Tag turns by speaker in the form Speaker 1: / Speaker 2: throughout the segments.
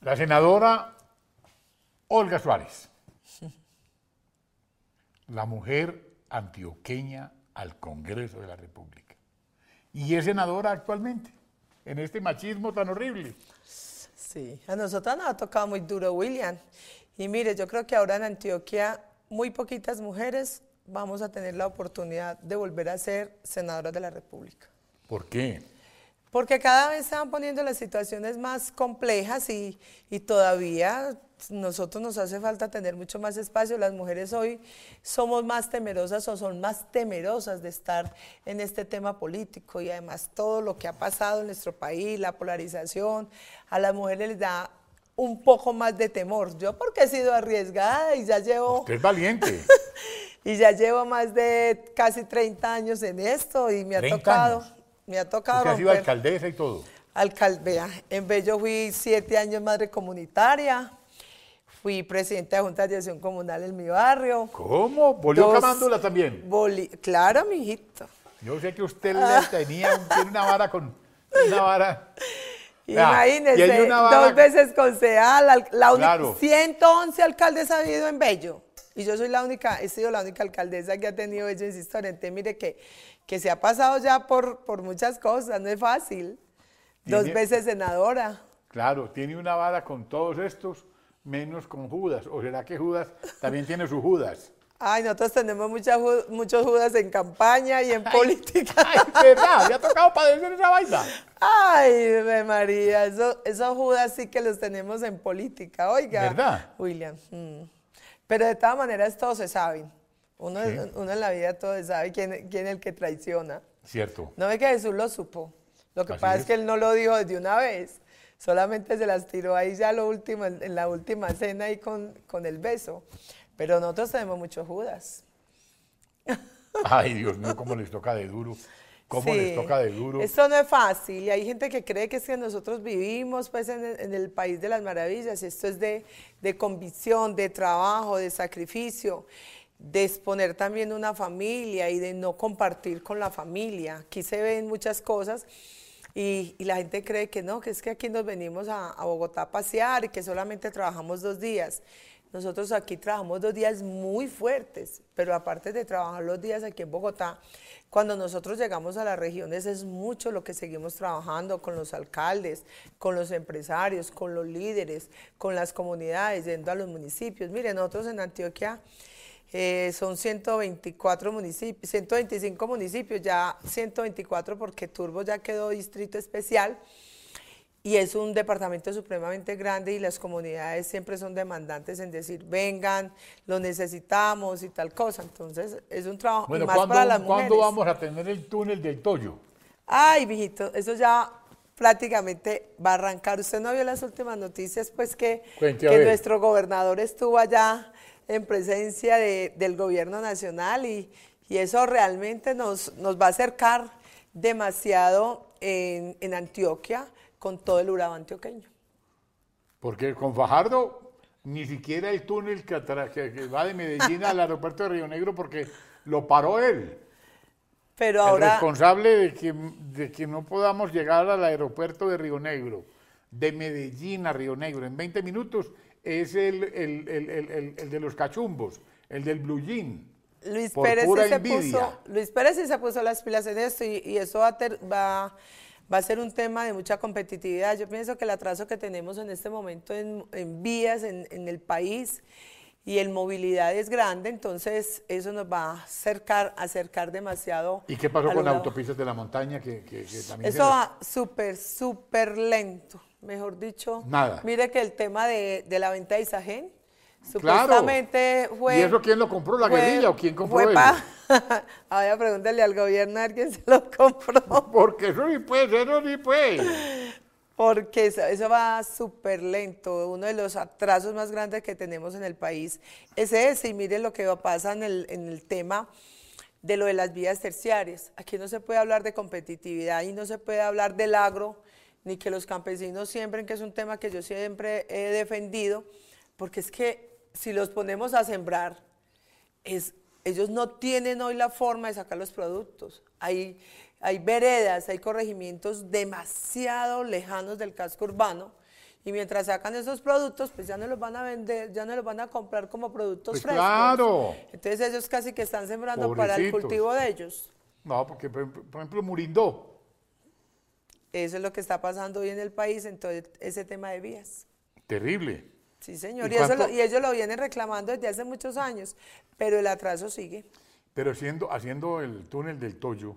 Speaker 1: la senadora Olga Suárez, la mujer antioqueña al Congreso de la República. Y es senadora actualmente, en este machismo tan horrible.
Speaker 2: Sí, a nosotras nos ha tocado muy duro, William. Y mire, yo creo que ahora en Antioquia muy poquitas mujeres vamos a tener la oportunidad de volver a ser senadoras de la República.
Speaker 1: ¿Por qué?
Speaker 2: Porque cada vez se van poniendo las situaciones más complejas y, y todavía nosotros nos hace falta tener mucho más espacio. Las mujeres hoy somos más temerosas o son más temerosas de estar en este tema político y además todo lo que ha pasado en nuestro país, la polarización, a las mujeres les da un poco más de temor. Yo porque he sido arriesgada y ya llevo...
Speaker 1: Usted es valiente.
Speaker 2: y ya llevo más de casi 30 años en esto y me ha
Speaker 1: 30
Speaker 2: tocado,
Speaker 1: años.
Speaker 2: me ha tocado
Speaker 1: Usted ha sido
Speaker 2: romper-
Speaker 1: alcaldesa y todo.
Speaker 2: alcaldía. En Bello fui siete años madre comunitaria, fui presidenta de Junta de Acción Comunal en mi barrio.
Speaker 1: ¿Cómo? ¿Volvió
Speaker 2: Dos-
Speaker 1: Camándola también?
Speaker 2: Boli- claro, mijito.
Speaker 1: Yo sé que usted le tenía un- tiene una vara con... Una vara... Ah,
Speaker 2: Imagínense,
Speaker 1: y hay una vara-
Speaker 2: dos veces concejal, al- la única,
Speaker 1: Claro.
Speaker 2: 111 alcaldes ha habido en Bello. Y yo soy la única, he sido la única alcaldesa que ha tenido Bello en su historia. Entonces, mire que, que se ha pasado ya por, por muchas cosas, no es fácil. Dos
Speaker 1: Tiene-
Speaker 2: veces senadora.
Speaker 1: Claro, tiene una vara con todos estos, menos con Judas. ¿O será que Judas también tiene su Judas?
Speaker 2: Ay, nosotros tenemos muchas ju- muchos judas en campaña y en política.
Speaker 1: ¡Ay, verdad! Le ha tocado padecer esa vaina.
Speaker 2: Ay, Ave María, eso- esos judas sí que los tenemos en política, oiga.
Speaker 1: ¿Verdad?
Speaker 2: William. mm. Pero de todas maneras todos se saben. Uno,
Speaker 1: Sí.
Speaker 2: uno en la vida todo se sabe quién, quién es el que traiciona.
Speaker 1: Cierto.
Speaker 2: No ve que Jesús lo supo. Lo que
Speaker 1: Así
Speaker 2: pasa es.
Speaker 1: es.
Speaker 2: que él no lo dijo desde una vez. Solamente se las tiró ahí ya lo último, en en la última cena y con, con el beso. Pero nosotros tenemos muchos judas.
Speaker 1: Ay, Dios mío, cómo les toca de duro. Cómo
Speaker 2: Sí.
Speaker 1: les toca de duro.
Speaker 2: Esto no es fácil y hay gente que cree que es que nosotros vivimos pues en, el- en el país de las maravillas. Esto es de, de convicción, de trabajo, de sacrificio, de exponer también una familia y de no compartir con la familia. Aquí se ven muchas cosas. Y, y la gente cree que no, que es que aquí nos venimos a, a Bogotá a pasear y que solamente trabajamos dos días. Nosotros aquí trabajamos dos días muy fuertes, pero aparte de trabajar los días aquí en Bogotá, cuando nosotros llegamos a las regiones es mucho lo que seguimos trabajando con los alcaldes, con los empresarios, con los líderes, con las comunidades, yendo a los municipios. Miren, nosotros en Antioquia eh, son 124 municipios, 125 municipios, ya 124 porque Turbo ya quedó distrito especial y es un departamento supremamente grande y las comunidades siempre son demandantes en decir, vengan, lo necesitamos y tal cosa. Entonces es un trabajo y
Speaker 1: Bueno,
Speaker 2: más para las
Speaker 1: ¿cuándo,
Speaker 2: mujeres.
Speaker 1: ¿cuándo vamos a tener el túnel del Toyo?
Speaker 2: Ay, viejito, eso ya prácticamente va a arrancar. Usted no vio las últimas noticias, pues que,
Speaker 1: Cuente, a
Speaker 2: que
Speaker 1: ver.
Speaker 2: nuestro gobernador estuvo allá en presencia de- del gobierno nacional y, y eso realmente nos, nos va a acercar demasiado en, en Antioquia con todo el urabo antioqueño.
Speaker 1: Porque con Fajardo ni siquiera el túnel que, atra- que- que va de Medellín al aeropuerto de Río Negro porque lo paró él.
Speaker 2: Pero
Speaker 1: el
Speaker 2: ahora,
Speaker 1: responsable de que, de que no podamos llegar al aeropuerto de Río Negro, de Medellín a Río Negro, en 20 minutos, es el, el- el- el- el- el de los cachumbos, el del Blue Jean.
Speaker 2: Luis
Speaker 1: por
Speaker 2: Pérez,
Speaker 1: pura
Speaker 2: sí se
Speaker 1: envidia.
Speaker 2: puso, Luis Pérez sí se puso las pilas en esto y, y eso va a, ter- va, va a ser un tema de mucha competitividad. Yo pienso que el atraso que tenemos en este momento en, en vías, en, en el país y en movilidad es grande, entonces eso nos va a acercar, acercar demasiado.
Speaker 1: ¿Y qué pasó
Speaker 2: a
Speaker 1: con
Speaker 2: lo-
Speaker 1: las autopistas de la montaña? Que, que- que también se
Speaker 2: Eso
Speaker 1: las-
Speaker 2: ah, va súper, súper lento. Mejor dicho,
Speaker 1: Nada.
Speaker 2: mire que el tema de, de la venta de Isagen,
Speaker 1: Claro.
Speaker 2: supuestamente fue...
Speaker 1: ¿Y eso quién lo compró, la guerrilla o quién compró
Speaker 2: fue
Speaker 1: eso?
Speaker 2: pa- Ahora pregúntale al gobierno a ver quién se lo compró,
Speaker 1: Porque eso sí puede, ser, eso sí puede.
Speaker 2: porque eso, eso va súper lento. Uno de los atrasos más grandes que tenemos en el país es ese, y mire lo que pasa en el, en el tema de lo de las vías terciarias. Aquí no se puede hablar de competitividad y no se puede hablar del agro, ni que los campesinos siembren, que es un tema que yo siempre he defendido, porque es que si los ponemos a sembrar, es- ellos no tienen hoy la forma de sacar los productos. Hay, hay veredas, hay corregimientos demasiado lejanos del casco urbano Y mientras sacan esos productos, pues ya no los van a vender, ya no los van a comprar como productos
Speaker 1: Pues
Speaker 2: frescos.
Speaker 1: claro.
Speaker 2: Entonces ellos casi que están sembrando para el
Speaker 1: Pobrecitos.
Speaker 2: cultivo de ellos.
Speaker 1: No, porque por ejemplo- por ejemplo Murindó,
Speaker 2: Eso es lo que está pasando hoy en el país, entonces ese tema de vías.
Speaker 1: terrible.
Speaker 2: Sí, señor,
Speaker 1: ¿Y
Speaker 2: y, eso
Speaker 1: cuánto-
Speaker 2: lo- y ellos lo vienen reclamando desde hace muchos años, pero el atraso sigue.
Speaker 1: Pero haciendo, haciendo el túnel del Toyo,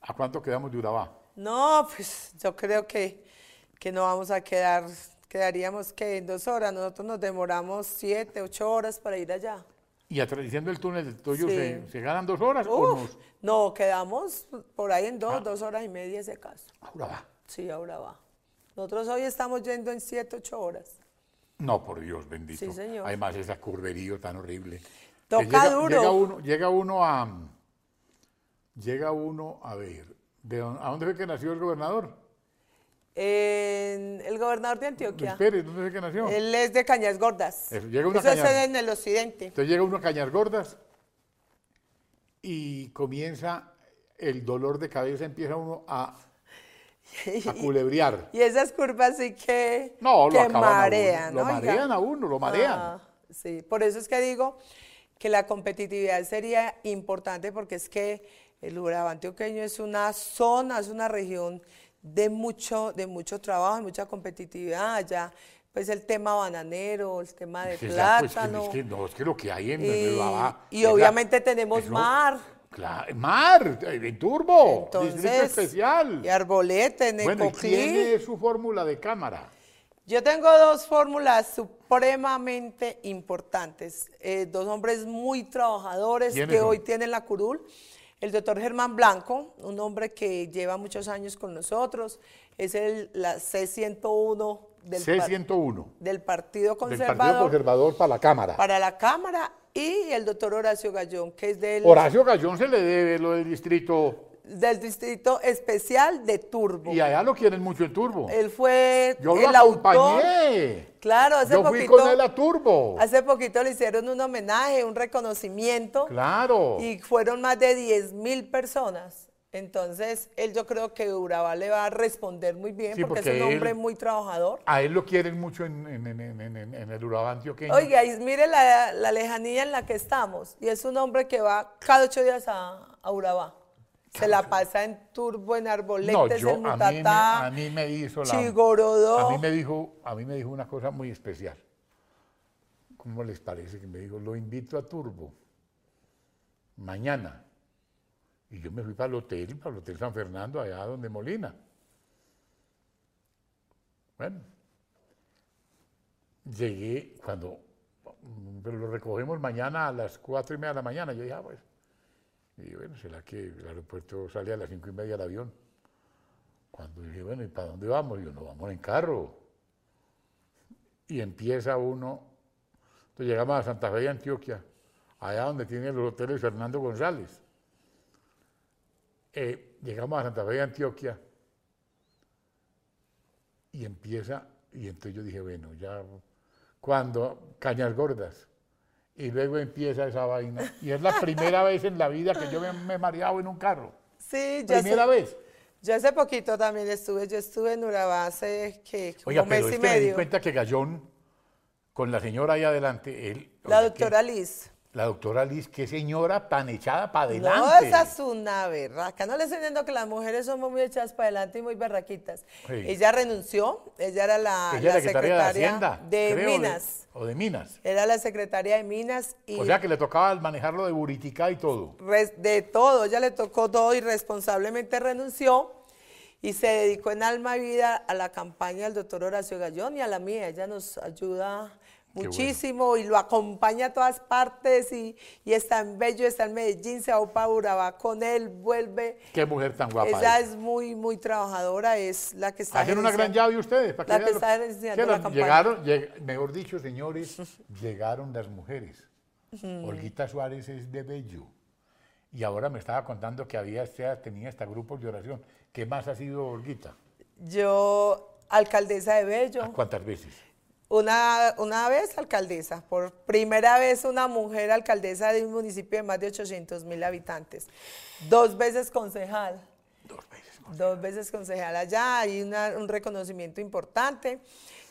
Speaker 1: ¿a cuánto quedamos de Urabá?
Speaker 2: No, pues yo creo que, que no vamos a quedar, quedaríamos que en dos horas, nosotros nos demoramos siete, ocho horas para ir allá.
Speaker 1: Y atravesando el túnel del Toyo
Speaker 2: Sí.
Speaker 1: se, se ganan dos horas o
Speaker 2: Uf,
Speaker 1: nos-
Speaker 2: no, quedamos por ahí en dos,
Speaker 1: Ah.
Speaker 2: dos horas y media ese caso.
Speaker 1: a Urabá.
Speaker 2: Sí, ahora va. Nosotros hoy estamos yendo en siete, ocho horas.
Speaker 1: No, por Dios bendito.
Speaker 2: Sí, señor.
Speaker 1: Además, ese curverío tan horrible.
Speaker 2: Toca
Speaker 1: Que llega,
Speaker 2: duro.
Speaker 1: Llega uno, llega uno a. Llega uno a ver. ¿de dónde- ¿A dónde fue que nació el gobernador?
Speaker 2: En- el gobernador
Speaker 1: Luis
Speaker 2: de Antioquia,
Speaker 1: Pérez, ¿dónde fue que nació?
Speaker 2: él es de Cañas Gordas.
Speaker 1: Eso, llega una
Speaker 2: Eso es
Speaker 1: caña-
Speaker 2: en el occidente.
Speaker 1: Entonces llega uno a Cañas Gordas y comienza el dolor de cabeza, empieza uno a, a culebrear.
Speaker 2: Y esas curvas sí que,
Speaker 1: No, lo
Speaker 2: que
Speaker 1: acaban a uno,
Speaker 2: marean.
Speaker 1: lo
Speaker 2: oiga.
Speaker 1: marean a uno, lo marean.
Speaker 2: Ah, sí, por eso es que digo que la competitividad sería importante porque es que el Urabá antioqueño es una zona, es una región de mucho, de mucho trabajo, de mucha competitividad allá. Pues el tema bananero, el tema Ah, de
Speaker 1: Que ya, pues, que-
Speaker 2: plátano.
Speaker 1: es que no, es que lo que hay en
Speaker 2: Y-
Speaker 1: en Urabá
Speaker 2: y
Speaker 1: es la-
Speaker 2: obviamente tenemos
Speaker 1: es lo-
Speaker 2: mar.
Speaker 1: Claro, mar, en turbo, distrito
Speaker 2: Entonces,
Speaker 1: especial.
Speaker 2: y arbolete,
Speaker 1: Bueno, ¿y
Speaker 2: necoclí.
Speaker 1: ¿quién es su fórmula de cámara?
Speaker 2: Yo tengo dos fórmulas supremamente importantes, eh, dos hombres muy trabajadores
Speaker 1: ¿Quiénes
Speaker 2: que
Speaker 1: son?
Speaker 2: hoy tienen la curul. El doctor Germán Blanco, un hombre que lleva muchos años con nosotros, es el, la C101 del, par-
Speaker 1: C101,
Speaker 2: del Partido
Speaker 1: del Partido
Speaker 2: Conservador
Speaker 1: Conservador para la Cámara.
Speaker 2: para la Cámara y el doctor Horacio Gallón, que es del,
Speaker 1: Horacio Gallón se le debe lo del distrito,
Speaker 2: del Distrito Especial de Turbo.
Speaker 1: y allá lo quieren mucho en turbo.
Speaker 2: Él fue
Speaker 1: Yo lo
Speaker 2: Eh, el autor.
Speaker 1: acompañé.
Speaker 2: Claro, hace
Speaker 1: Yo fui
Speaker 2: poquito.
Speaker 1: con él a Turbo.
Speaker 2: Hace poquito le hicieron un homenaje, un reconocimiento
Speaker 1: Claro.
Speaker 2: y fueron más de 10 mil personas. Entonces, él yo creo que Urabá le va a responder muy bien
Speaker 1: Sí,
Speaker 2: porque,
Speaker 1: porque
Speaker 2: es un hombre
Speaker 1: él-
Speaker 2: muy trabajador.
Speaker 1: A él lo quieren mucho en, en- en- en- en- en el Urabá antioqueño.
Speaker 2: Oiga, y mire la, la lejanía en la que estamos. Y es un hombre que va cada ocho días a, a Urabá. Se la pasa en Turbo, en
Speaker 1: no,
Speaker 2: Arboletes,
Speaker 1: yo,
Speaker 2: en
Speaker 1: a, mí me,
Speaker 2: Mutatá,
Speaker 1: a mí me hizo la...
Speaker 2: Chigorodó.
Speaker 1: A mí, me dijo, a mí me dijo una cosa muy especial. ¿Cómo les parece que me dijo? Lo invito a Turbo mañana. Y yo me fui para el hotel, para el Hotel San Fernando, allá donde Molina. Bueno, llegué cuando, pero lo recogemos mañana a las cuatro y media de la mañana. Yo dije, ah, pues, y bueno, será que el aeropuerto sale a las cinco y media el avión. Cuando dije, bueno, ¿y para dónde vamos? Yo, no, vamos en carro. Y empieza uno, entonces llegamos a Santa Fe de Antioquia, allá donde tienen los hoteles Fernando González. Eh, llegamos a Santa Fe de Antioquia y empieza, y entonces yo dije, bueno, ya, cuando Cañas Gordas, y luego empieza esa vaina. Y es la primera vez en la vida que yo me, me he mareado en un carro.
Speaker 2: Sí, yo
Speaker 1: Primera
Speaker 2: hace,
Speaker 1: vez.
Speaker 2: yo hace poquito también estuve, yo estuve en Urabá hace que, como
Speaker 1: Oiga,
Speaker 2: un
Speaker 1: pero
Speaker 2: mes
Speaker 1: es
Speaker 2: y
Speaker 1: que me di
Speaker 2: medio.
Speaker 1: cuenta que Gallón, con la señora ahí adelante, él...
Speaker 2: La
Speaker 1: oye, qué-
Speaker 2: doctora Liz.
Speaker 1: La doctora Liz, qué señora tan echada para
Speaker 2: No,
Speaker 1: adelante.
Speaker 2: esa es una berraca. No le estoy diciendo que las mujeres somos muy echadas para adelante y muy berraquitas.
Speaker 1: Sí.
Speaker 2: Ella renunció, ella era la,
Speaker 1: Ella es
Speaker 2: la
Speaker 1: la secretaria de Hacienda,
Speaker 2: de
Speaker 1: creo,
Speaker 2: Minas.
Speaker 1: o de Minas.
Speaker 2: Era la secretaria de Minas y
Speaker 1: O sea, que le tocaba manejarlo de Buritica y todo.
Speaker 2: res- de todo, ella le tocó todo y responsablemente renunció y se dedicó en alma y vida a la campaña del doctor Horacio Gallón y a la mía. Ella nos ayuda
Speaker 1: bueno.
Speaker 2: muchísimo y lo acompaña a todas partes y, y está en Bello, está en Medellín, se va para Urabá con él, vuelve.
Speaker 1: Qué mujer tan guapa.
Speaker 2: Ella
Speaker 1: es.
Speaker 2: es muy, muy trabajadora, es la que está.
Speaker 1: Hacen una gran
Speaker 2: gerenciando-
Speaker 1: llave ustedes. Para que
Speaker 2: La que
Speaker 1: vean lo-
Speaker 2: está gerenciando
Speaker 1: que
Speaker 2: la
Speaker 1: las-
Speaker 2: campaña.
Speaker 1: llegaron, lleg- mejor dicho, señores, llegaron las mujeres. Olguita Suárez es de Bello. Y ahora me estaba contando que había, sea, tenía hasta grupos de oración. ¿Qué más ha sido Olguita?
Speaker 2: Yo, alcaldesa de Bello,
Speaker 1: ¿Cuántas veces?
Speaker 2: una, una vez alcaldesa, por primera vez una mujer alcaldesa de un municipio de más de 800 mil habitantes, dos veces concejal.
Speaker 1: Dos veces.
Speaker 2: Dos veces concejal allá, hay una- un reconocimiento importante.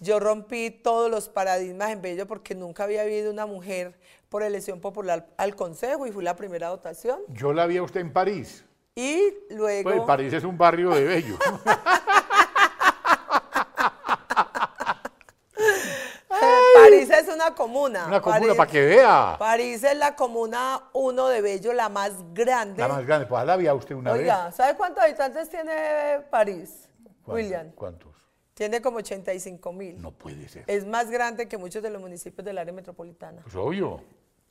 Speaker 2: Yo rompí todos los paradigmas en Bello porque nunca había habido una mujer por elección popular al consejo y fui la primera votación.
Speaker 1: Yo la vi a usted en París.
Speaker 2: Y luego...
Speaker 1: Pues París es un barrio de bello.
Speaker 2: eh, París es una comuna.
Speaker 1: Una comuna
Speaker 2: París-
Speaker 1: para que vea.
Speaker 2: París es la comuna uno de Bello, la más grande.
Speaker 1: La más grande. Pues la vi a usted una
Speaker 2: Oiga,
Speaker 1: vez.
Speaker 2: ¿sabe cuántos habitantes tiene París?
Speaker 1: ¿Cuántos?
Speaker 2: William.
Speaker 1: ¿Cuántos?
Speaker 2: Tiene como 85 mil.
Speaker 1: No puede ser.
Speaker 2: Es más grande que muchos de los municipios del área metropolitana.
Speaker 1: Pues obvio.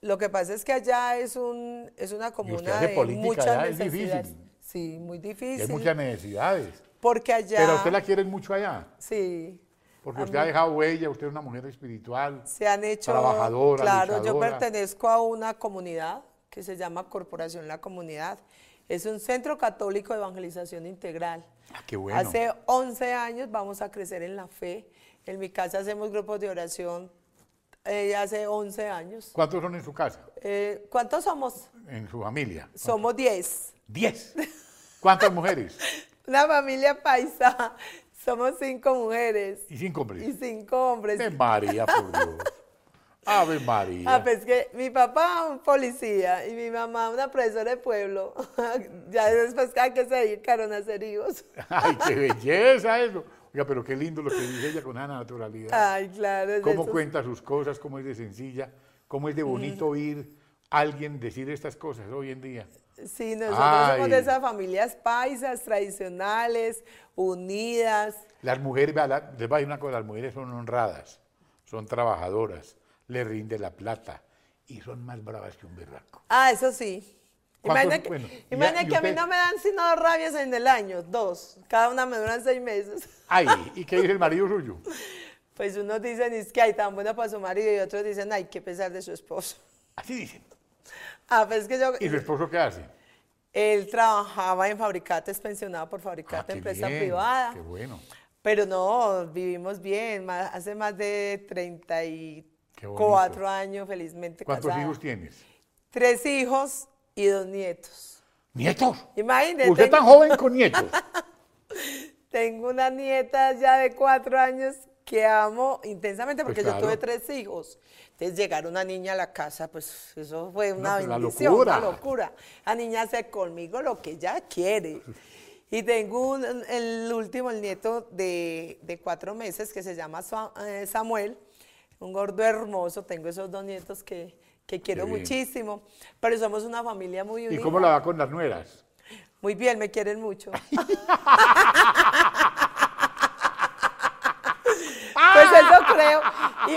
Speaker 2: Lo que pasa es que allá es, un, es una comuna
Speaker 1: hace
Speaker 2: de
Speaker 1: política
Speaker 2: muchas
Speaker 1: allá, es difícil.
Speaker 2: necesidades. Sí, muy
Speaker 1: Y hay
Speaker 2: difícil.
Speaker 1: muchas necesidades.
Speaker 2: Porque allá.
Speaker 1: Pero a usted la quieren mucho allá.
Speaker 2: Sí.
Speaker 1: Porque usted ha dejado huella, usted es una mujer espiritual.
Speaker 2: se han hecho.
Speaker 1: Trabajadora,
Speaker 2: Claro, yo
Speaker 1: luchadora.
Speaker 2: pertenezco a una comunidad que se llama Corporación La Comunidad. Es un centro católico de evangelización integral.
Speaker 1: Ah, qué bueno.
Speaker 2: Hace 11 años vamos a crecer en la fe. En mi casa hacemos grupos de oración eh, hace 11 años.
Speaker 1: ¿Cuántos son en su casa?
Speaker 2: Eh, ¿Cuántos somos?
Speaker 1: En su familia.
Speaker 2: Somos 10.
Speaker 1: Diez. ¿Cuántas mujeres?
Speaker 2: Una familia paisa. Somos cinco mujeres
Speaker 1: Y cinco
Speaker 2: y
Speaker 1: hombres.
Speaker 2: cinco hombres.
Speaker 1: Ave María, por Dios. Ave María.
Speaker 2: Ah, pues que mi papá un policía y mi mamá una profesora de pueblo. ya después cada que se dedicaron a hacer hijos.
Speaker 1: Ay, qué belleza eso. Oiga, pero qué lindo lo que dice ella con esa naturalidad.
Speaker 2: Ay, claro. es Ah, de Mm.
Speaker 1: cómo
Speaker 2: esos-
Speaker 1: cuenta sus cosas, cómo es de sencilla, cómo es de bonito oír a alguien decir estas cosas hoy en día.
Speaker 2: Sí, nosotros somos de
Speaker 1: Ay.
Speaker 2: esas familias paisas, tradicionales, unidas.
Speaker 1: Las mujeres, vea, la- les va a decir una cosa, las mujeres son honradas, son trabajadoras, le rinde la plata y son más bravas que un berraco.
Speaker 2: Ah, eso sí.
Speaker 1: ¿Cuántos?
Speaker 2: Imagina que,
Speaker 1: Bueno, y-
Speaker 2: imagina
Speaker 1: y
Speaker 2: que a mí
Speaker 1: usted-
Speaker 2: no me dan sino dos rabias en el año, dos. Cada una me duran seis meses.
Speaker 1: Ay, ¿y qué dice el marido suyo?
Speaker 2: Pues unos dicen, es que hay tan bueno para su marido y otros dicen, ay, qué pesar de su esposo.
Speaker 1: Así dicen.
Speaker 2: Ah, pues es que yo...
Speaker 1: ¿Y su esposo qué hace?
Speaker 2: Ah, Él trabajaba en fabricates, pensionado por
Speaker 1: Ah,
Speaker 2: fabricate,
Speaker 1: qué
Speaker 2: empresa
Speaker 1: bien,
Speaker 2: privada.
Speaker 1: Qué bueno.
Speaker 2: Pero no, vivimos bien. ma- hace más de
Speaker 1: Qué bonito.
Speaker 2: 34 años, felizmente
Speaker 1: ¿Cuántos
Speaker 2: casada.
Speaker 1: hijos tienes?
Speaker 2: Tres hijos y dos nietos.
Speaker 1: ¿Nietos?
Speaker 2: Imagínate,
Speaker 1: ¿Usted tan
Speaker 2: tengo,
Speaker 1: joven con nietos?
Speaker 2: tengo una nieta ya de cuatro años que amo intensamente
Speaker 1: Pues
Speaker 2: porque yo tuve
Speaker 1: claro.
Speaker 2: tres hijos. Entonces llegar una niña a la casa, pues eso fue una
Speaker 1: pues, la
Speaker 2: bendición, una
Speaker 1: locura.
Speaker 2: locura. La niña hace conmigo lo que ella quiere. Y tengo un- el último, el nieto de, de cuatro meses, que se llama Sa- eh, Samuel, un gordo hermoso. Tengo esos dos nietos que, que quiero
Speaker 1: bien.
Speaker 2: muchísimo. Pero somos una familia muy
Speaker 1: ¿Y
Speaker 2: unida.
Speaker 1: cómo la va con las nueras?
Speaker 2: Muy bien, me quieren mucho. Pues eso creo.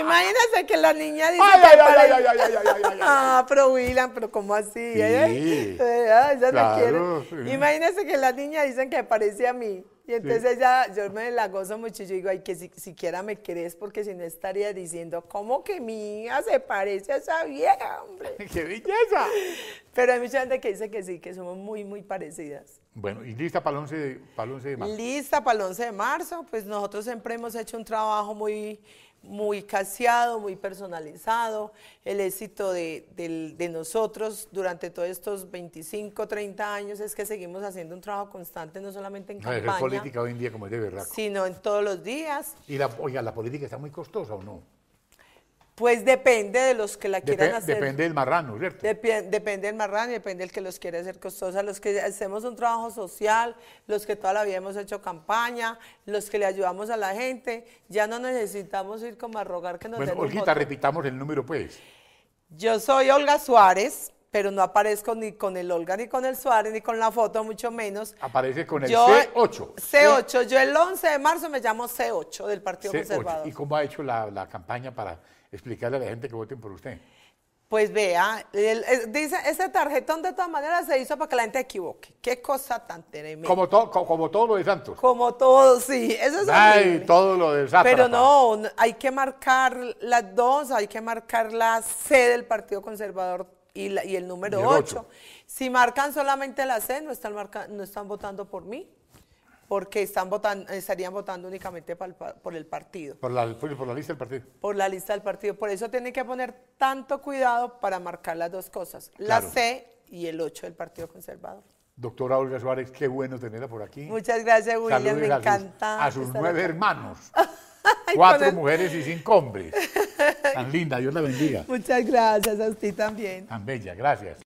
Speaker 2: Imagínense que la niña dice
Speaker 1: Ah. Ay,
Speaker 2: que
Speaker 1: ay, ay,
Speaker 2: para
Speaker 1: ay,
Speaker 2: el-
Speaker 1: ay, ay, ay, ay, ay, ay.
Speaker 2: Ah, pero William, pero ¿cómo así? Eh, Ay, ay, ay, ah, ella me
Speaker 1: claro.
Speaker 2: quiere. Imagínense que la niña dicen que parece a mí. Y entonces ella, yo me la gozo mucho y yo digo, ay, que si, siquiera me querés, porque si no estaría diciendo, ¿cómo que mi hija se parece a esa vieja, hombre?
Speaker 1: ¡Qué belleza!
Speaker 2: Pero hay mucha gente que dice que sí, que somos muy, muy parecidas.
Speaker 1: Bueno, y lista para el 11 de, para el 11 de marzo.
Speaker 2: Lista para el 11 de marzo, pues nosotros siempre hemos hecho un trabajo muy, muy caseado, muy personalizado. El éxito de, del- de nosotros durante todos estos 25, 30 años es que seguimos haciendo un trabajo constante, no solamente en
Speaker 1: No, es
Speaker 2: campaña,
Speaker 1: política hoy en día como es de berraco.
Speaker 2: sino en todos los días.
Speaker 1: Y la, oiga, ¿la política está muy costosa o no?
Speaker 2: Pues depende de los que la quieran
Speaker 1: Depe-
Speaker 2: hacer.
Speaker 1: Depende del marrano, ¿cierto?
Speaker 2: Depi- depende del marrano y depende del que los quiere hacer costosa. Los que hacemos un trabajo social, los que toda la vida hemos hecho campaña, los que le ayudamos a la gente, ya no necesitamos ir como a rogar que nos
Speaker 1: bueno,
Speaker 2: den un
Speaker 1: Olguita,
Speaker 2: voto.
Speaker 1: repitamos el número, pues.
Speaker 2: Yo soy Olga Suárez, pero no aparezco ni con el Olga, ni con el Suárez, ni con la foto, mucho menos.
Speaker 1: Aparece Ah, con el
Speaker 2: Yo-
Speaker 1: C8.
Speaker 2: C8. Yo el 11 de marzo me llamo C8 del Partido
Speaker 1: C8.
Speaker 2: Conservador.
Speaker 1: ¿Y cómo ha hecho la, la campaña para explicarle a la gente que voten por usted?
Speaker 2: Pues vea, el- el- dice, ese tarjetón de todas maneras se hizo para que la gente equivoque. Qué cosa tan tremenda.
Speaker 1: Como, to- co- como todo lo de Santos.
Speaker 2: Como todo, sí, eso es
Speaker 1: Ay,
Speaker 2: horrible.
Speaker 1: todo lo de Sátrapa.
Speaker 2: Pero no, n- hay que marcar las dos, hay que marcar la C del Partido Conservador y, la- y el número
Speaker 1: Y el
Speaker 2: 8.
Speaker 1: ocho.
Speaker 2: Si marcan solamente la C, no están, marca- no están votando por mí, porque están votando, estarían votando únicamente pa'l pa- por el partido,
Speaker 1: Por la, pues, por- por la lista del partido.
Speaker 2: por la lista del partido. Por eso tienen que poner tanto cuidado para marcar las dos cosas, la
Speaker 1: Claro.
Speaker 2: C y el 8 del Partido Conservador.
Speaker 1: Doctora Olga Suárez, qué bueno tenerla por aquí.
Speaker 2: Muchas gracias, William,
Speaker 1: Saludes
Speaker 2: me
Speaker 1: a sus-
Speaker 2: encanta.
Speaker 1: A sus,
Speaker 2: estar
Speaker 1: nueve
Speaker 2: acá.
Speaker 1: hermanos,
Speaker 2: Ay,
Speaker 1: cuatro
Speaker 2: con el-
Speaker 1: mujeres y cinco hombres. Tan linda, Dios la bendiga.
Speaker 2: Muchas gracias a usted también.
Speaker 1: Tan bella, gracias.